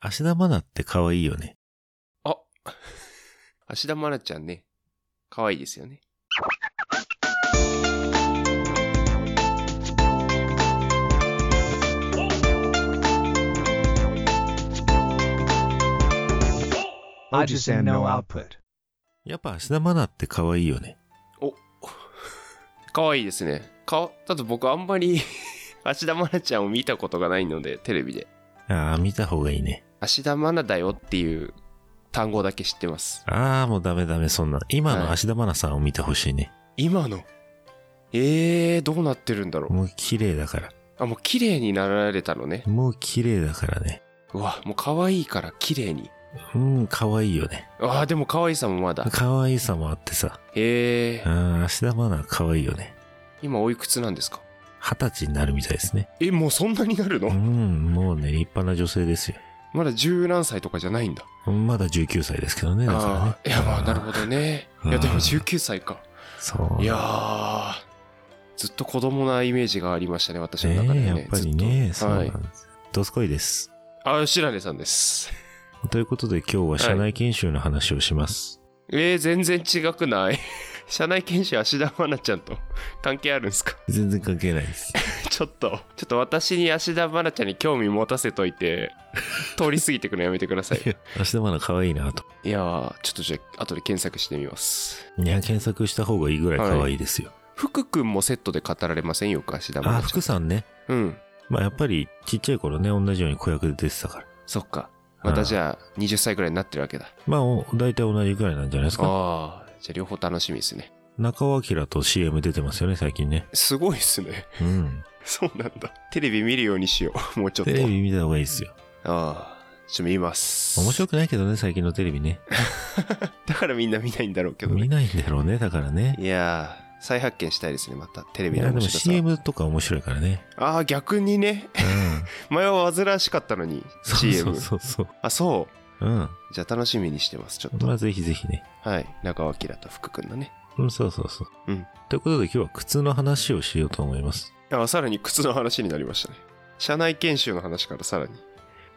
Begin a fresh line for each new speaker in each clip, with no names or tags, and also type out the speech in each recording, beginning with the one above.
芦田愛菜って可愛いよね。
あ芦田愛菜ちゃんね。可愛いですよね。
Ajisen no output.
やっぱ芦田愛菜って可愛いよね。
可愛いですね。顔、だと僕あんまり、 芦田愛菜ちゃんを見たことがないので、テレビで。
ああ、見た方がいいね。
芦田愛菜だよっていう単語だけ知ってます。
ああ、もうダメダメ、そんな。今の
はい
芦田愛菜さんを見てほしいね。
今の。えー、どうなってるんだろう。
もう綺麗だから。
あ、もう綺麗になられたのね。
もう綺麗だからね。
うわ、もう可愛いから綺麗に。
うん、可愛いよね。
ああ、でも可愛さもまだ。
可愛さもあってさ。
へえ
う。ん、芦田愛菜可愛いよね。
今おいくつなんですか
二十歳になるみたいですね。
え、もうそんなになるの、
うん、もうね、立派な女性ですよ。
まだ十何歳とかじゃないんだ。
まだ19歳ですけどね、だからね
あ。あ、いや、まあ、なるほどね。
うん
いや、でも19歳か。
そう。
いやー、ずっと子供なイメージがありましたね、私の中で
ね
ね。
やっぱりね、
ず
そ
っ
う
と
な
は
ん
い
で。す。どすこいです。
あ、白根さんです。
ということで今日は社内研修の話をします。
えー、全然違くない 社内研修芦田愛菜ちゃんと 関係あるんですか
全然関係ないです。
ちょっと、ちょっと私に芦田愛菜ちゃんに興味持たせといて、通り過ぎてくのやめてください。
芦田愛菜可愛いなと。
いやー、ちょっとじゃあ、後で検索してみます。
いや、検索した方がいいぐらい可愛いですよ。
福くんもセットで語られませんよ、芦田愛
あ、
菜ちゃ
福さんね。
ん。うん。
まあやっぱりちっちゃい頃ね、同じように子役で出てたから。
そっか。またじゃあ、20歳ぐらいになってるわけだ。
まあお大体同じぐらいなんじゃないですか。
ああ、 じゃあ両方楽しみですね。
中尾明と CM 出てますよね、最近ね。
すごいですね。
うん。
そうなんだ。テレビ見るようにしよう。もうちょっと
テ。レビ見た方がいいです よ。
ああ、ちょっと見ます。
面白くないけどね、最近のテレビ ね。
だからみんな見ないんだろうけど
見
ね。
ないんだろうね、だからね。
いやー、再発見したいですね、また。テレ
い
ビの
や、で
面
も
白さ。
CM とか面白いからね。
ああ、逆にね。
うん。
前は煩わしかったのに、
そう
CM。
そうそうそう。
あ、そ
うん。
う。じゃあ楽しみにしてます、ちょっと。
まあ、ぜひぜひね。
はい。中尾明と福君のね。
うん、そうそうそう。
うん
ということで今日は靴の話をしようと思います。
あさらに靴の話になりましたね。社内研修の話からさらに。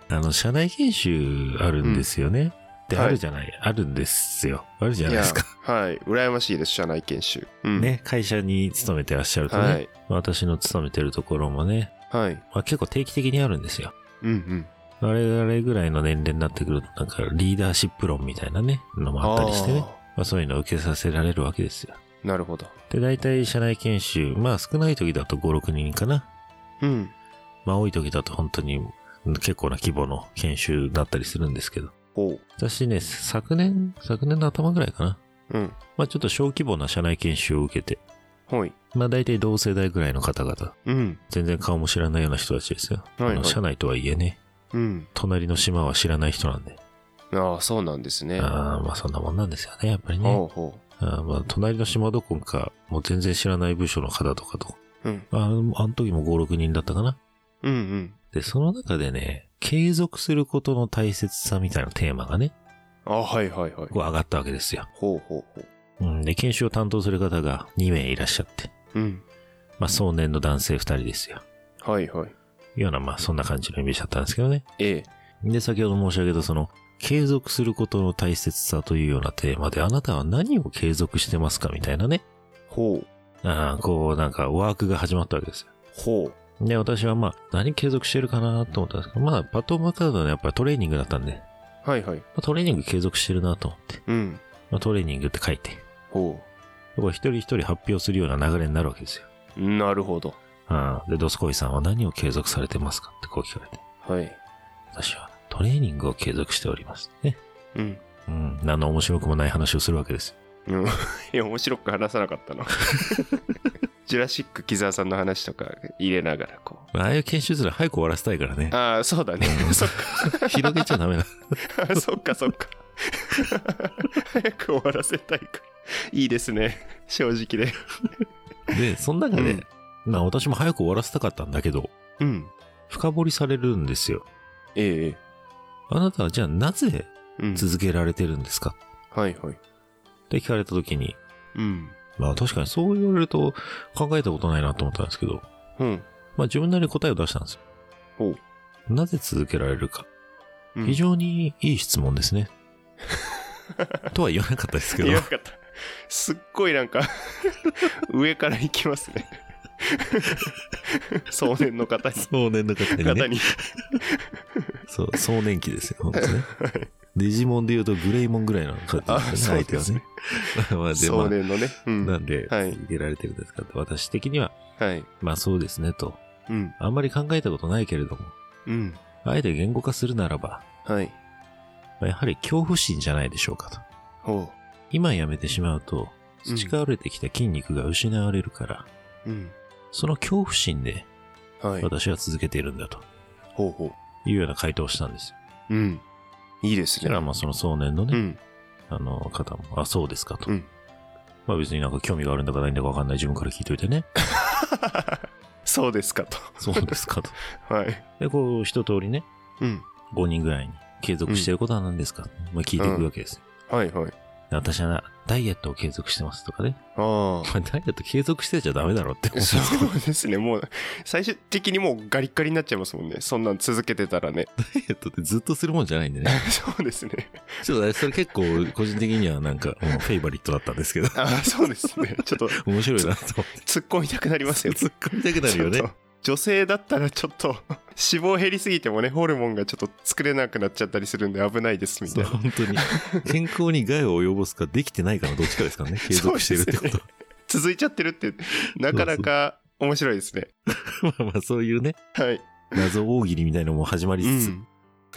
あの、社内研修あるんですよね。で、
はい
あるじゃない、あるんですよ。あるじゃないですか。
いやはい。羨ましいです、社内研修。うん。。
ね、会社に勤めてらっしゃるとね、
はい。
まあ私の勤めてるところもね、
はい。
まあ、結構定期的にあるんですよ。
うんうん。
我々ぐらいの年齢になってくると、なんかリーダーシップ論みたいなね、のもあったりしてね。まあそういうのを受けさせられるわけですよ。
あー。なるほど。
で、大体社内研修、まあ少ない時だと5、6人かな。
うん。
まあ多い時だと本当に結構な規模の研修だったりするんですけど。
ほ
私ね、昨年、昨年の頭ぐらいかな。
う。うん。
まあちょっと小規模な社内研修を受けて、
ほい。
まあ大体同世代ぐらいの方々、
うん。
全然顔も知らないような人たちですよ。
はいはい
あの社内とはいえね、
うん。
隣の島は知らない人なんで。
ああ、そうなんですね。
ああ、まあそんなもんなんですよね、やっぱりね。
ほうほ
あーまあ隣の島どこか、もう全然知らない部署の方とかと。
う。うん。
あーあの時も5、6人だったかな。
うんうん。
で、その中でね、継続することの大切さみたいなテーマがね、
ああ、はいはいはい。
こう上がったわけですよ。
ほうほうほ
う
う。
ん、で、研修を担当する方が2名いらっしゃって、
うん。
まあ、壮年の男性2人ですよ。
はいはい。
いうような、まあ、そんな感じのイメージだったんですけどね。
ええ。
で、先ほど申し上げた、その、継続することの大切さというようなテーマで、あなたは何を継続してますかみたいなね。
ほう。
ああ、こう、なんか、ワークが始まったわけですよ。
ほう。
で、私はまあ、何継続してるかなと思ったんですけど、まあ、パッと思ったのはやっぱりトレーニングだったんで、ま
はいはい。
あ、トレーニング継続してるなと思って、
うん。
まあ、トレーニングって書いて、
ほ
これ一人一人発表するような流れになるわけですよ。
う。なるほど。
ああ、で、ドスコイさんは何を継続されてますかってこう聞かれて。
はい。
私はトレーニングを継続しております。ね。
うん。
うん。何の面白くもない話をするわけです。
うん、いや、面白く話さなかっ たな。ジュラシック木沢さんの話とか入れながらこ
ああいう研修すら早く終わらせたいからね
う。。ああ、そうだね。そっか
広げちゃダメだ。
あそっかそっか。早く終わらせたいから。いいですね。正直で。
で、その中で、
うん
まあ私も早く終わらせたかったんだけど、
うん。
深掘りされるんですよ。
ええ。
あなたはじゃあなぜ
うん。
続けられてるんですか、
はいはい。
って聞かれた時に、
うん。
まあ確かにそう言われると考えたことないなと思ったんですけど、
うん。
まあ自分なりに答えを出したんですよ。
ほう。
なぜ続けられるか。
うん
非常にいい質問です ね。とは言わなかったですけど
言わ、なかった。すっごいなんか、 上から行きます ね。少年の方に。
少年の方に
方
ね。
に。
そう、壮年期ですよ、本当ね。デジモンで言うとグレイモンぐらいの方
あ
ですよね、相手はね。 まあ、で、ま
少
あ、
年のね。うん。
なんで、
はい
続けられてるんですかって、私的には、
はい。
まあそうですね、と。
うん。
あんまり考えたことないけれども、
うん。
あえて言語化するならば、
はい。
まあやはり恐怖心じゃないでしょうかと。
ほ
今やめてしまうと、培われてきた筋肉が失われるから、
う。うん。
その恐怖心で
はい。
私は続けているんだと
ほうほ
いうような回答をしたんですよ。
う。うん。いいです
そした
ね。
ら、まあその壮年の
う
ね、
ん。
あの方も、あ、そうですかと。
うん
まあ別になんか興味があるんだかないんだかわかんない自分から聞いといてね。
そうですかと。
そうですかと。
はい。
で、こう一通りね、
うん。
5人ぐらいに継続してることは何ですか、まあ聞いていくわけですよ。
はいはい。
で私はなダイエットを継続してますとかね。
あ
お前ダイエット継続してちゃダメだろって思うん
あ。
です
そ
けど
うですね。もう、最終的にもうガリッガリになっちゃいますもんね。そんなん続けてたらね。
ダイエットってずっとするもんじゃないんでね。
そうですね。
ちょっとね それ結構個人的にはなんか、うんフェイバリットだったんですけど、
ああ、 そうですね。ちょっと、
面白いなと思って。
突っ込みたくなりますよ。
突っ込みたくなるよ
ちょっ
ね
と。女性だったらちょっと 脂肪減りすぎてもねホルモンがちょっと作れなくなっちゃったりするんで危ないですみた
そ、
いうな
本当に。健康に害を及ぼすか、できてないかのどっちかですからね。継続してるってこと。
続いちゃってるってなかなか面白いですね
まあまあ、そういうね、
はい、
謎大喜利みたいなのも始まり
う
つつ、
ん、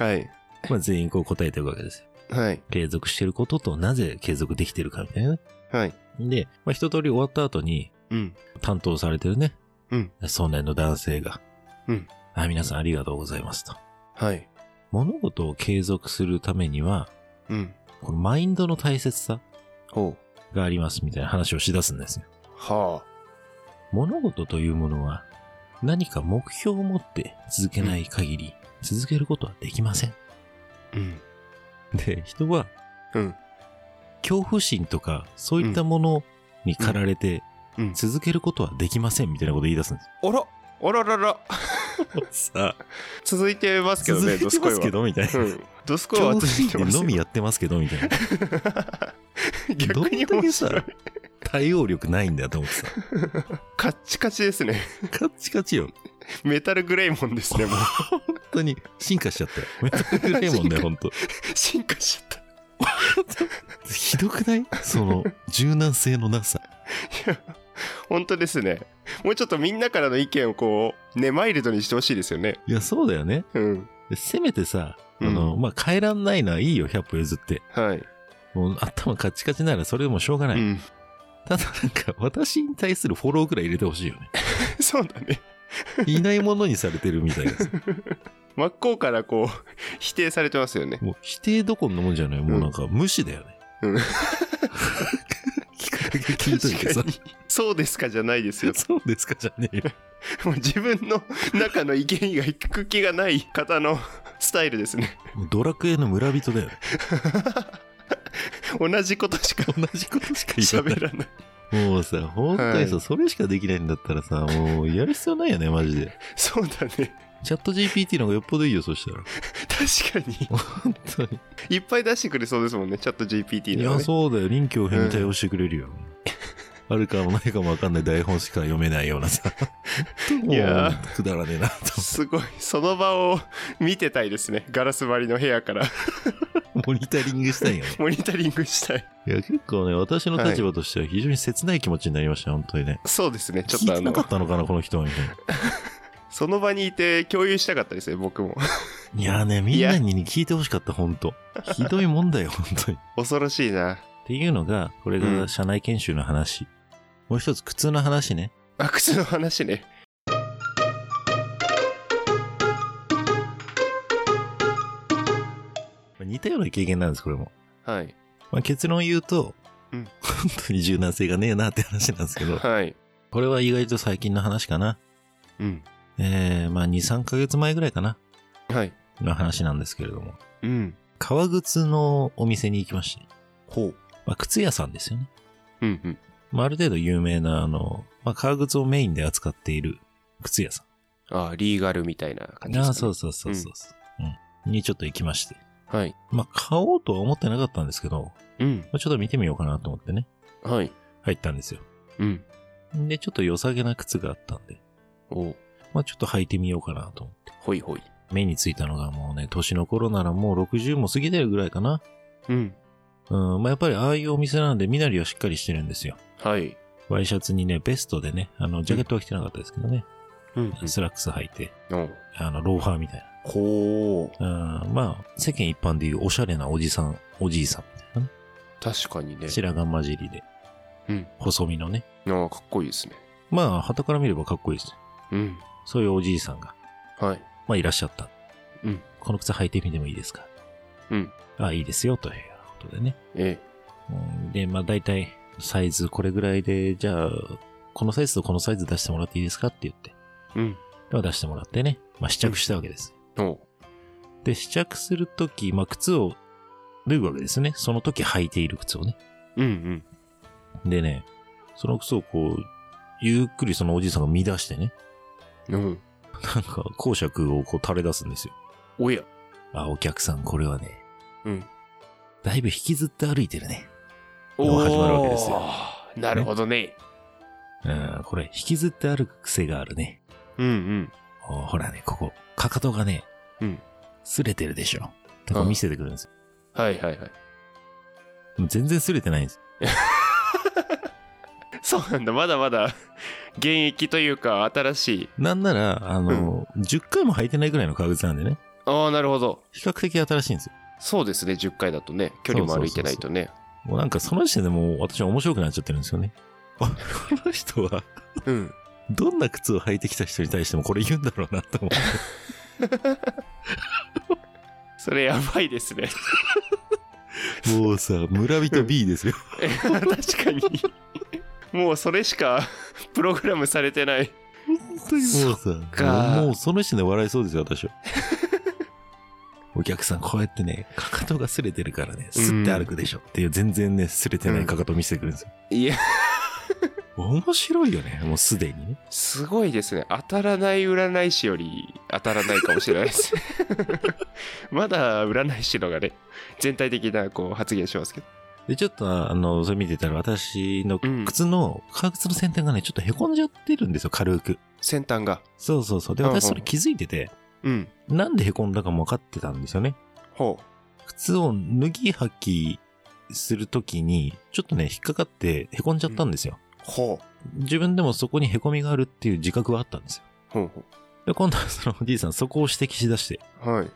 はい
まあ全員こう答えてるわけですよ。
はい
継続してることと、なぜ継続できてるかみたいなね。
はい
で、まあ一通り終わった後に、
うん
担当されてるね、
うん
少年の男性が、
うん
あ、皆さんありがとうございますと。
はい
物事を継続するためには、
うん
このマインドの大切さ
ほう
がありますみたいな話をしだすんですよ。
は
物事というものは何か目標を持って続けない限り続けることはできません。
あうん
で、人は
うん
恐怖心とかそういったものに駆られて
うん
続けることはできませんみたいなこと言い出すんで
あらあららら
す よ。さあ、
続いてますけど
続
ね
いて
ド
ま
スコイ
すけ
は
どみたいな。
うんドスコイ
恐
は
怖
続い
心
て
で
ます
のみ
よ
やってますけどみたいな。
逆に面白
どん
い
だ対応力ないんだと思ってさ。
カッチカチですね
カッチカチよ。
メタルグレイモンです ねもう
本当に進化しちゃったよ。メタルグレイ モンだよ、本当。
進化しちゃった
ひどくないその、柔軟性のなさ。
いや本当ですねもうちょっとみんなからの意見をこうねマイルドにしてほしいですよね
いや、そうだよね。
うん
でせめてさ、あ
うん
の、まあ、変えらんないのはいいよ、100歩譲って。
はい、
もう頭カチカチならそれでもしょうがない。
うん、
ただなんか、私に対するフォローくらい入れてほしいよ ね。
そうだね
いないものにされてるみたいなさ。
真っ向からこう否定されてますよね
もう否定どころのもんじゃない。もうなんか無視だよね。
うん
聞くだけ聞いといてさ。
そうですかじゃないですよ
そうですかじゃね えよ。
もう自分の中の意見以外聞く気がない方のスタイルですね
もうドラクエの村人だよね。
同じことしか
同じことしか言わない
喋らない
もうさ、本当にさ、
は
それしかできないんだったらさ、もうやる必要ないよね、マジで。
そうだね
チャット GPT の方がよっぽどいいよ、そしたら。
確かに
本当に。
いっぱい出してくれそうですもんねチャット GPT
い
の、
や、
ね、
そうだよ。臨機応変に対応してくれるよ。あるかもないかもわかんない台本しか読めないようなさ。
いや
もうくだらねえなと
すごいその場を見てたいですねガラス張りの部屋から
思って。モニタリングしたいよね。
モニタリングしたい。
いや、結構ね、私の立場としては非常に切ない気持ちになりました、本当にね。
そうですね。ちょっ
聞い
とあ
てな
の
か、ったのかな、この人は、みたいな。
その場にいて共有したかったですね、僕も。
いやね、みんなに聞いてほしかった、本当ひどいもんだよ、本当に。
恐ろしいな。
っていうのが、これ
う
が
ん
社内研修の話。もう一つ、苦痛の話ね。
あ、靴の話ね。
似たような経験なんです、これも。
はい。
まあ、結論言うと、
うん
本当に柔軟性がねえなって話なんですけど、
はい。
これは意外と最近の話かな。
うん。
えー、まあ、2、3ヶ月前ぐらいかな、
はい。
の話なんですけれども。
うん。
革靴のお店に行きまして、
ほう。
まあ、靴屋さんですよね。
うんうん。
まあ、ある程度有名な、あの、まあ、革靴をメインで扱っている靴屋さん。
あ、リーガルみたいな感じです、ね。
ああ、そうそうそうそうそう、うんにちょっと行きまして。
はい。
まあ、買おうとは思ってなかったんですけど、
うん。
まあちょっと見てみようかなと思ってね、
はい。
入ったんですよ。
うん。
で、ちょっと良さげな靴があったんで、
お
まあ、ちょっと履いてみようかなと思って。
ほいほい。
目についたのがもうね、年の頃ならもう60も過ぎてるぐらいかな。
うん。
うん、まあ、やっぱりああいうお店なんで身なりはしっかりしてるんですよ。
はい。
ワイシャツにね、ベストでね、あの、ジャケットは着てなかったですけどね、
うん
スラックス履いて、
お
あの、ローファーみたい
ほう。
な。うん、まあ、世間一般でいうおしゃれなおじさん、おじいさんみたいなね
確かにね。
白髪混じりで、
うん。
細身のね。
ああ、かっこいいですね。
まあ、旗から見ればかっこいいです。
うん。
そういうおじいさんが、
はい。
まあ、いらっしゃった。
うん。
この靴履いてみてもいいですか
うん。
あ、いいですよ、ということでね。
え
うんで、まあ大体、サイズこれぐらいで、じゃあ、このサイズとこのサイズ出してもらっていいですかって言って。
え。うん。
では出してもらってね。まあ試着したわけです。
お
で、試着するとき、まあ靴を脱ぐわけですね。その時履いている靴をね。
うんうん。
でね、その靴をこう、ゆっくりそのおじいさんが見出してね。
うん。
なんか、公爵をこう垂れ出すんですよ。
おや。
あ、お客さんこれはね、
うん。
だいぶ引きずって歩いてるね。
お
始まるわけですよ
ーなるほどね。
うん、これ、引きずって歩く癖があるね。
うんうん。
おほらね、ここ、かかとがね、
うん。
擦れてるでしょ。とか見せてくるんですよ。
はいはいはい。
もう全然擦れてないんです。
そうなんだ。まだまだ 現役というか、新しい。
なんなら、あの、10回も履いてないぐらいの革靴なんでね、
ああ、なるほど。
比較的新しいんですよ。
そうですね。10回だとね。距離も歩いてないとね。
もうなんかその時点でもう私は面白くなっちゃってるんですよね。 あ、この人は、
うん。
どんな靴を履いてきた人に対してもこれ言うんだろうなと思って。
それやばいですね。
もうさ、村人 B ですよ。
確かに。もうそれしか プログラムされてない。
本当にもう
か
さ、もうもうその時点で笑いそうですよ、私は。 お客さん、こうやってね、かかとが擦れてるからね、擦って歩くでしょっていう、全然ね、擦れてないかかとを見せてくるんですよ
いや、
面白いよね、もうすでにね。
すごいですね。当たらない占い師より当たらないかもしれないです。 まだ占い師のがね、全体的なこう発言しますけど。
で、ちょっと、あの、それ見てたら、私の
うん
靴の、革靴の先端がね、ちょっと凹んじゃってるんですよ、軽く。
先端が。
そうそうそう。で、
うんうん
私それ気づいてて、
うん。
なんで凹んだかも分かってたんですよね。
ほ
靴を脱ぎ履きするときに、ちょっとね、引っかかって凹んじゃったんですよ。
う。ほう。
自分でもそこに凹みがあるっていう自覚はあったんですよ。
ほうほ
で、今度はそのおじいさん、そこを指摘しだして、
う。はい。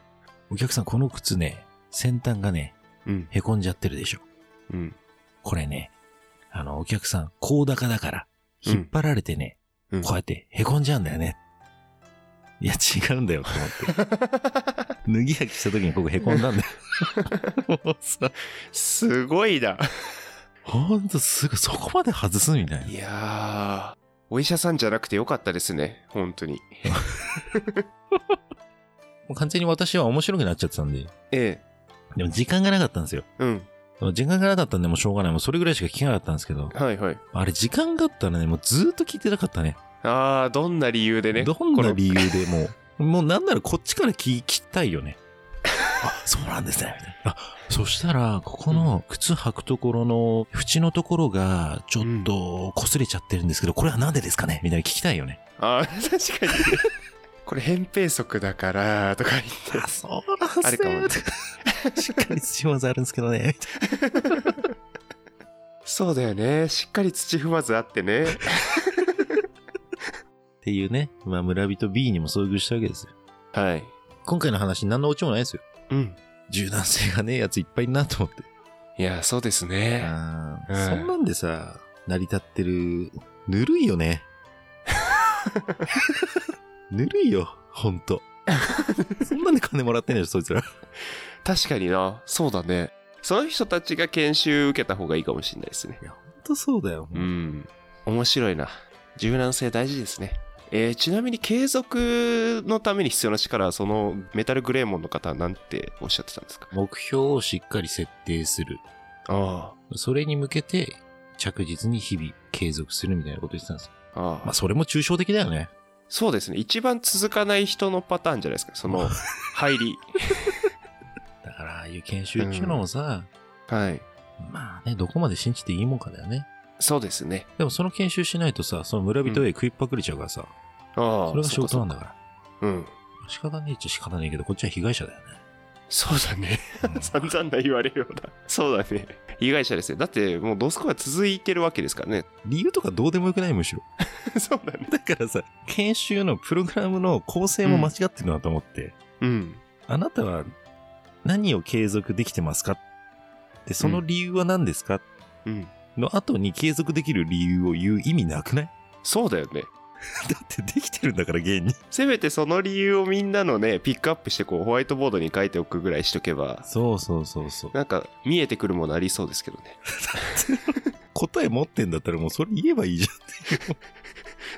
お客さん、この靴ね、先端がね、
うん。
凹んじゃってるでしょ。
うん。
これね、あの、お客さん、高高だから、
うん
引っ張られてね、
うん
こうやって凹んじゃうんだよね。いや、違うんだよ、と思って。 脱ぎ履きした時に僕凹んだんだよ。もうさ、
すごいな。
ほんとすぐそこまで外すみたい
いやー、お医者さんじゃなくてよかったですね。本当に。
な。完全に私は面白くなっちゃってたんで。
え
でも時間がなかったんですよ。
え。うん。
時間がなかったんでもうしょうがない。もうそれぐらいしか聞けなかったんですけど。
はいはい。
あれ時間があったらね、もうずーっと聞いてなかったね。
あー、どんな理由でね。
どんな理由でもう、 もうなんならこっちから聞きたいよね。 あ、そうなんですね。みたいな。あ、そしたら、ここの靴履くところの縁のところが、ちょっと擦れちゃってるんですけど、これはなんでですかねみたいな聞きたいよ ね。
あー、 確かにね。これ、扁平足だから、とか言って。
そうなん
すね
しっかり土まずあるんですけどね。みたい
そうだよね。しっかり土踏まずあってね。
なっていうね。まあ、村人 B にも遭遇したわけですよ。
はい。
今回の話、何のオチもないですよ。
うん。
柔軟性がねえやついっぱいいんなと思って。
いや、そうですね。
あ
うん
ーそんなんでさ、成り立ってる、ぬるいよね。 ぬるいよ、ほんと。そんなんで金もらってんでしょ、そいつら。
確かにな。そうだね。その人たちが研修受けた方がいいかもしれないですね。
ほんとそうだよ。
うん。面白いな。柔軟性大事ですね。えーちなみに継続のために必要な力は、そのメタルグレーモンの方は何ておっしゃってたんですか
目標をしっかり設定する。
あ
それに向けて、着実に日々継続するみたいなこと言ってたんですよ。
あ。あ
ま
あ
あ、。それも抽象的だよね。
そうですね。一番続かない人のパターンじゃないですか。その、入り。
り研修っていうのもさ、
はい。
まあね、どこまで信じていいもんかだよね。
そうですね。
でもその研修しないとさ、その村人へ食いっぱくれちゃうからさ、
ああ。
それが仕事なんだ
そ
から。
うかそうか。うん。
仕方ねえっちゃ仕方ねえけど、こっちは被害者だよね。
そうだね。
うん
散々な言われるような。そうだね。被害者ですね。だって、もうドスコが続いてるわけですからね。
理由とかどうでもよくないむしろ。
そうだね。
だからさ、研修のプログラムの構成も間違ってるなと思って、
うん。
あなたは何を継続できてますかで、その理由は何ですか、
うん。
の後に継続できる理由を言う意味なくない
そうだよね。
だってできてるんだから、現に。
せめてその理由をみんなのね、ピックアップして、こう、ホワイトボードに書いておくぐらいしとけば、
そうそうそうそう。
なんか、見えてくるものありそうですけどね。
答え持ってんだったらもうそれ言えばいいじゃん。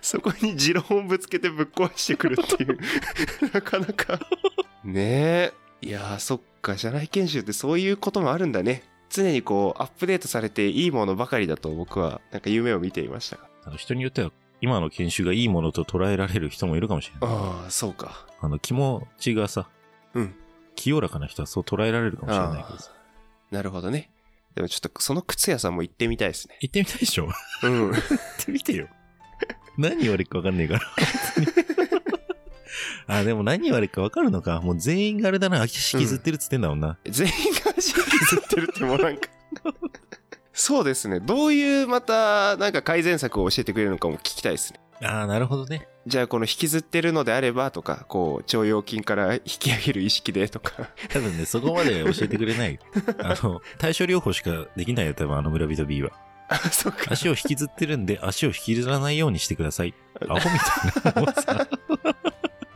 そこに持論をぶつけてぶっ壊してくるっていう、 なかなか。ねえ。いやー、そっか、社内研修ってそういうこともあるんだね。常にこう、アップデートされていいものばかりだと僕は、なんか夢を見ていましたが。
あの人によっては今の研修がいいものと捉えられる人もいるかもしれない。
ああ、そうか。
あの気持ちがさ、
うん。
清らかな人はそう捉えられるかもしれないけどさ。
なるほどね。でもちょっと、その靴屋さんも行ってみたいですね。
行ってみたいでしょ行
うん。
ってみてよ。 何言われるか分かんねえから。 本当にあ、でも何言われるか分かるのか。もう全員があれだな、足引きずってるっつってんだもんな。
全員が足引きずってるってもうなん かそうですねどういうまたなんか改善策を教えてくれるのかも聞きたいですね
ああ、なるほどね。
じゃあこの引きずってるのであればとかこう腸腰筋から引き上げる意識で とか
多分ね、そこまで教えてくれない よ。あの、対処療法しかできないよ、多分あの村人 B は。
あそうか
足を引きずってるんで、足を引きずらないようにしてください。アホみたいなもうさ。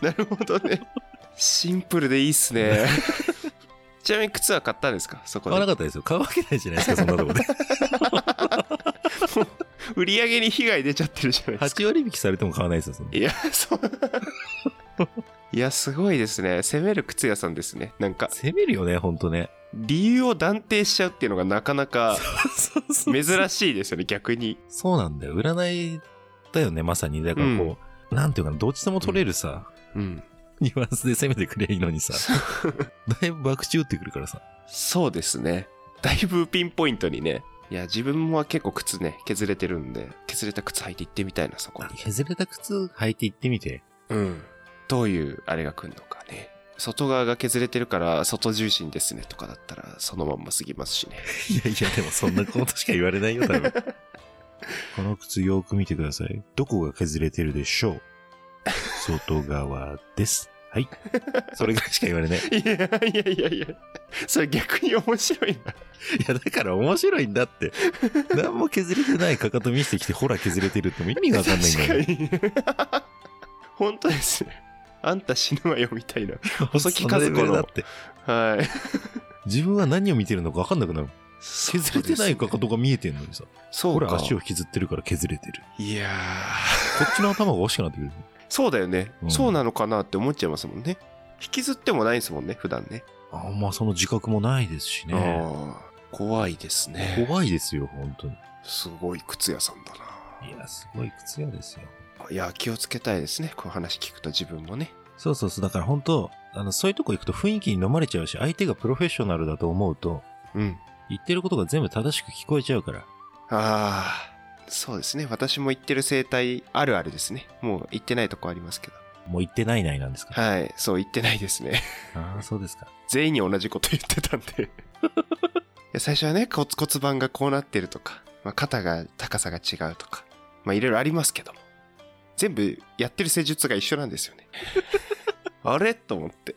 なるほどねシンプルでいいっ すねちなみに靴は買ったんですかそこ
買わな
で
かったですよ。買うわけないじゃないですか、そんなとこで。
売り上げに被害出ちゃってるじゃないですか
8割引きされても買わないですよ、そんない
やそう いやすごいですね攻める靴屋さんですねなんか
攻めるよね、ほんとね。
理由を断定しちゃうっていうのがなかなか
そうそ
珍しいですよね逆に
そうなんだよ。占いだよね、まさに。だからこう、なんていうかな、どっちでも取れるさ、
うん
ニュアンスで攻めてくれいいの にさ、だいぶ爆打ってくるからさ。
そうですねだいぶピンポイントにねいや自分は結構靴ね削れてるんで削れた靴履いて行ってみたいなそこに
削れた靴履いていってみて。
うんどういうあれが来るのかね外側が削れてるから外重心ですねとかだったらそのまんますぎますしね
いやいや、でもそんなことしか言われないよ、多 分。この靴よく見てください。どこが削れてるでしょう外側です。はい。それぐらいしか言われない。い
いやいやいやいやそれ逆に面白いな
や、だから面白いんだって。何も削れてないかかと見せてきて、ほら削れてるってもう意味がわかんないんだよ。
確かに本当ですねあんた死ぬわよみたいな細木
そ
数
レベ
子
ルだ
の
って。
はい
自分は何を見てるのか分かんなくなる。削れてないかかとが見えてんのにさ。
そ
ほ
うから
足を引きずってるから削れてる。
いやー
こっちの頭がおかしくなってくる。
そうだよね、
うん
そうなのかなって思っちゃいますもんね引きずってもないですもんね普段ね
あんまその自覚もないですしね。
あー怖いですね
怖いですよ、本当に。
すごい靴屋さんだ
いや、すごい靴屋ですよ。
ないや気をつけたいですねこう話聞くと自分もね
そうそうそう。だから本当、あの、そういうとこ行くと雰囲気に飲まれちゃうし、相手がプロフェッショナルだと思うと、
うん
言ってることが全部正しく聞こえちゃうから。
ああそうですね私も行ってる生態あるあるですねもう行ってないとこありますけど
もう言ってないないなんですか。
はいそう行ってないですね
ああ、そうですか。
全員に同じこと言ってたんでいや最初はね骨骨盤がこうなってるとか、まあ、肩が高さが違うとかまあいろいろありますけども全部やってる施術が一緒なんですよねあれと思って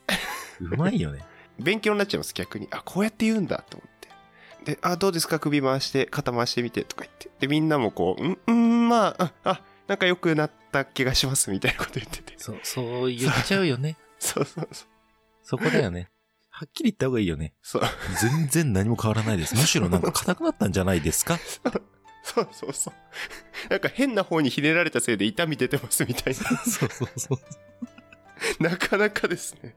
うまいよね。
勉強になっちゃいます逆にあこうやって言うんだと思ってで「あどうですか首回して肩回してみて」とか言ってでみんなもこう「うんうんまあああなんか良くなった気がします」みたいなこと言ってて
そう、そう言っちゃうよね。
そうそうそう
そこだよね。はっきり言った方がいいよね。
そう
全然何も変わらないです。むしろ なんか硬くなったんじゃないですか
そうそうそう。 なんか変な方にひねられたせいで痛み出てますみたい
そうそうそう。
な。なかなかですね。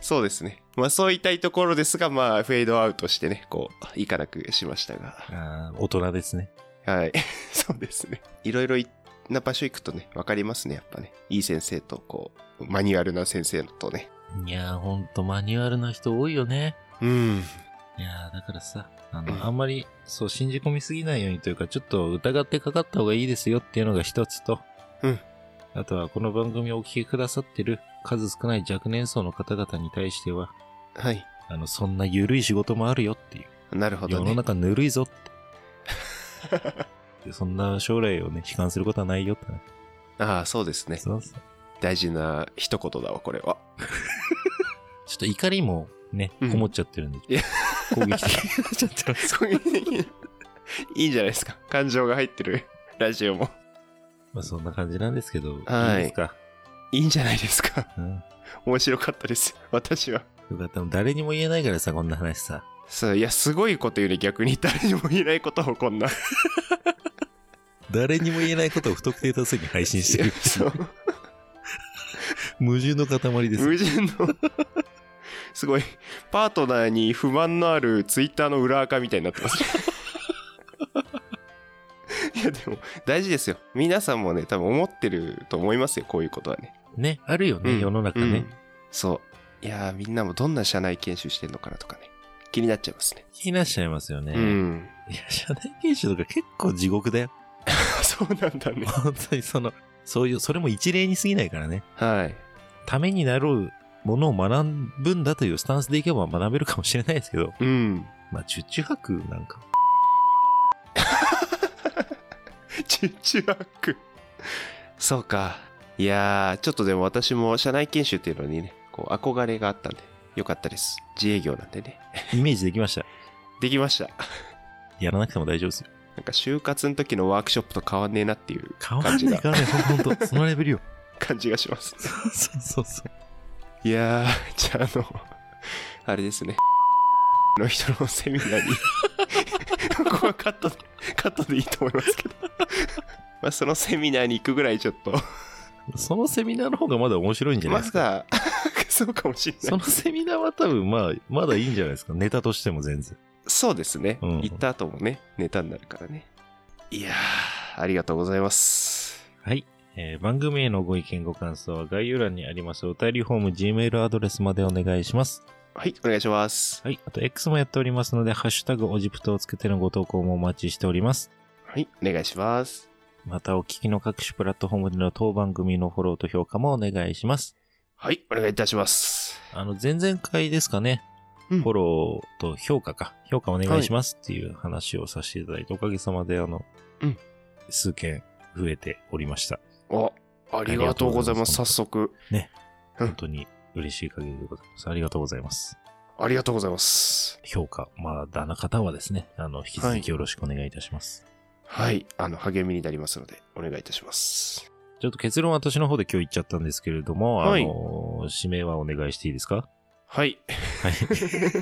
そうですね。まあそう言いたいところですが、まあフェードアウトしてね、こう、いかなくしましたが。
ああ、大人ですね。
はい。 そうですね。いろいろいな場所行くとね、わかりますね、やっぱね。いい先生と、こう、マニュアルな先生とね。
いやー、ほんとマニュアルな人多いよね。
うん。
いやーだからさ、あ
うん
の、あんまり、そう、信じ込みすぎないようにというか、ちょっと疑ってかかった方がいいですよっていうのが一つと、
うん。
あとは、この番組をお聞きくださってる数少ない若年層の方々に対しては、
はい。
あの、そんな緩い仕事もあるよっていう。
なるほど
世の
ね。
中ぬるいぞ って。でそんな将来をね、悲観することはないよってね。
ああ、そうですね。
そうそう
大事な一言だわ、これは。
ちょっと怒りもね、こ
うん
もっちゃってるんで、
いや
攻撃的 に なっちゃってます。
すごい。いいんじゃないですか。感情が入ってるラジオも。
まあそんな感じなんですけど、
はい
いですか。
いいんじゃないですか。
うん。
面白かったです。私は。
よかった。誰にも言えないからさ、こんな話さ。
そう、いや、すごいこと言うね。逆に誰にも言えないことをこんな。。
誰にも言えないことを不特定多数に配信してる
そう。
矛盾の塊です。
無人の。すごい。パートナーに不満のあるツイッターの裏垢みたいになってます。 いや、でも、大事ですよ。皆さんもね、多分思ってると思いますよ。こういうことはね。
ね、あるよね、
うん
世の中
う
ね
ん。そう。いやーみんなもどんな社内研修してんのかなとかね。気になっちゃいますね。
気になっちゃいますよね。
うん。
いや、社内研修とか結構地獄だよ。
そうなんだね。
本当にその、そういう、それも一例に過ぎないからね。
はい。
ためになるものを学ぶんだというスタンスでいけば学べるかもしれないですけど、
うん。
まあ、チュッチュ博なんか、
チュッチュハック。そうか。いやー、ちょっとでも私も社内研修っていうのにね、こう憧れがあったんで、よかったです。自営業なんでね。
イメージできました。
できました。
やらなくても大丈夫ですよ。
なんか就活の時のワークショップと変わんねえなっていう
変わん
感じ
ない変
が、
わんない、ほんとほんと、そのレベルよ。
感じがします。
そうそうそう。
いやー、じゃああの、あれですね。の人のセミナーに、ここはカットで、カットでいいと思いますけど。まあそのセミナーに行くぐらいちょっと、
そのセミナーの方がまだ面白いんじゃない
ま
ですか。
だ、そうかもしれない。
そのセミナーは多分、まあ、まだいいんじゃないですか。ネタとしても全然。
そうですね。
うん
行った後もね、ネタになるからね。いやー、ありがとうございます。
はい。えー番組へのご意見ご感想は概要欄にありますお便りフォーム Gmail アドレスまでお願いします。
はい、お願いします。
はい。あと X もやっておりますので、ハッシュタグオジプトをつけてのご投稿もお待ちしております。
はい、お願いします。
またお聞きの各種プラットフォームでの当番組のフォローと評価もお願いします。
はい、お願いいたします。
あの、前々回ですかね、
うん
フォローと評価か、評価お願いしますっていう話をさせていただいて、おかげさまであの、
うん
数件増えておりました。
お、ありがとうございます。
あ
早
りが
速。うん
本当に嬉しい限りでございます。ありがとうございます。
ありがとうございます。
評価、まだな方はですね、あの、引き続きよろしくお願いいたします。
はい、あの、励みになりますので、お願いいたします。
ちょっと結論は私の方で今日言っちゃったんですけれども、
はい
あの、指名はお願いしていいですか
はい。
はい。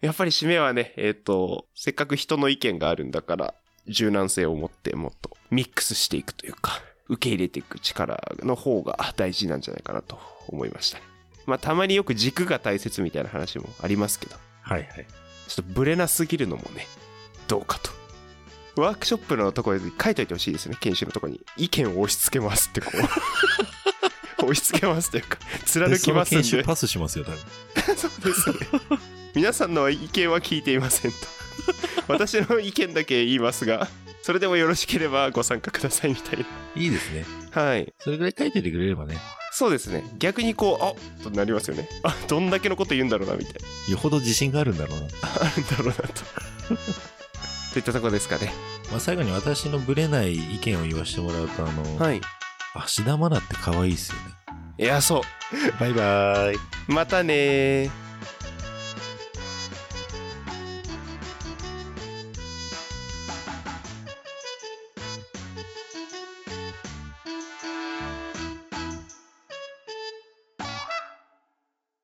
やっぱり締めはね、えっ、と、せっかく人の意見があるんだから、柔軟性を持ってもっとミックスしていくというか、受け入れていく力の方が大事なんじゃないかなと思いましたね。まあ、たまによく軸が大切みたいな話もありますけど、
はいはい。
ちょっとブレなすぎるのもね、どうかと。ワークショップのところに書いといてほしいですね、研修のところに。意見を押し付けますってこ う。押し付けますというか、貫き
その
ます
研
んで。
修パスしますよ、多分。
そうですね。皆さんの意見は聞いていませんと。私の意見だけ言いますが、それでもよろしければご参加くださいみたい
いいですね。
な。はい。
それぐらい書いててくれればね、
そうですね。逆にこう、あっとなりますよね。あどんだけのこと言うんだろうなみたいな。
よほど自信があるんだろうな。
あるんだろうなと。といったとこですかね。
まあ、最後に私のブレない意見を言わせてもらうと、あの、
はい。
芦田愛菜って可愛いですよね。
いや、そ
バイバーイ。
う。またねー。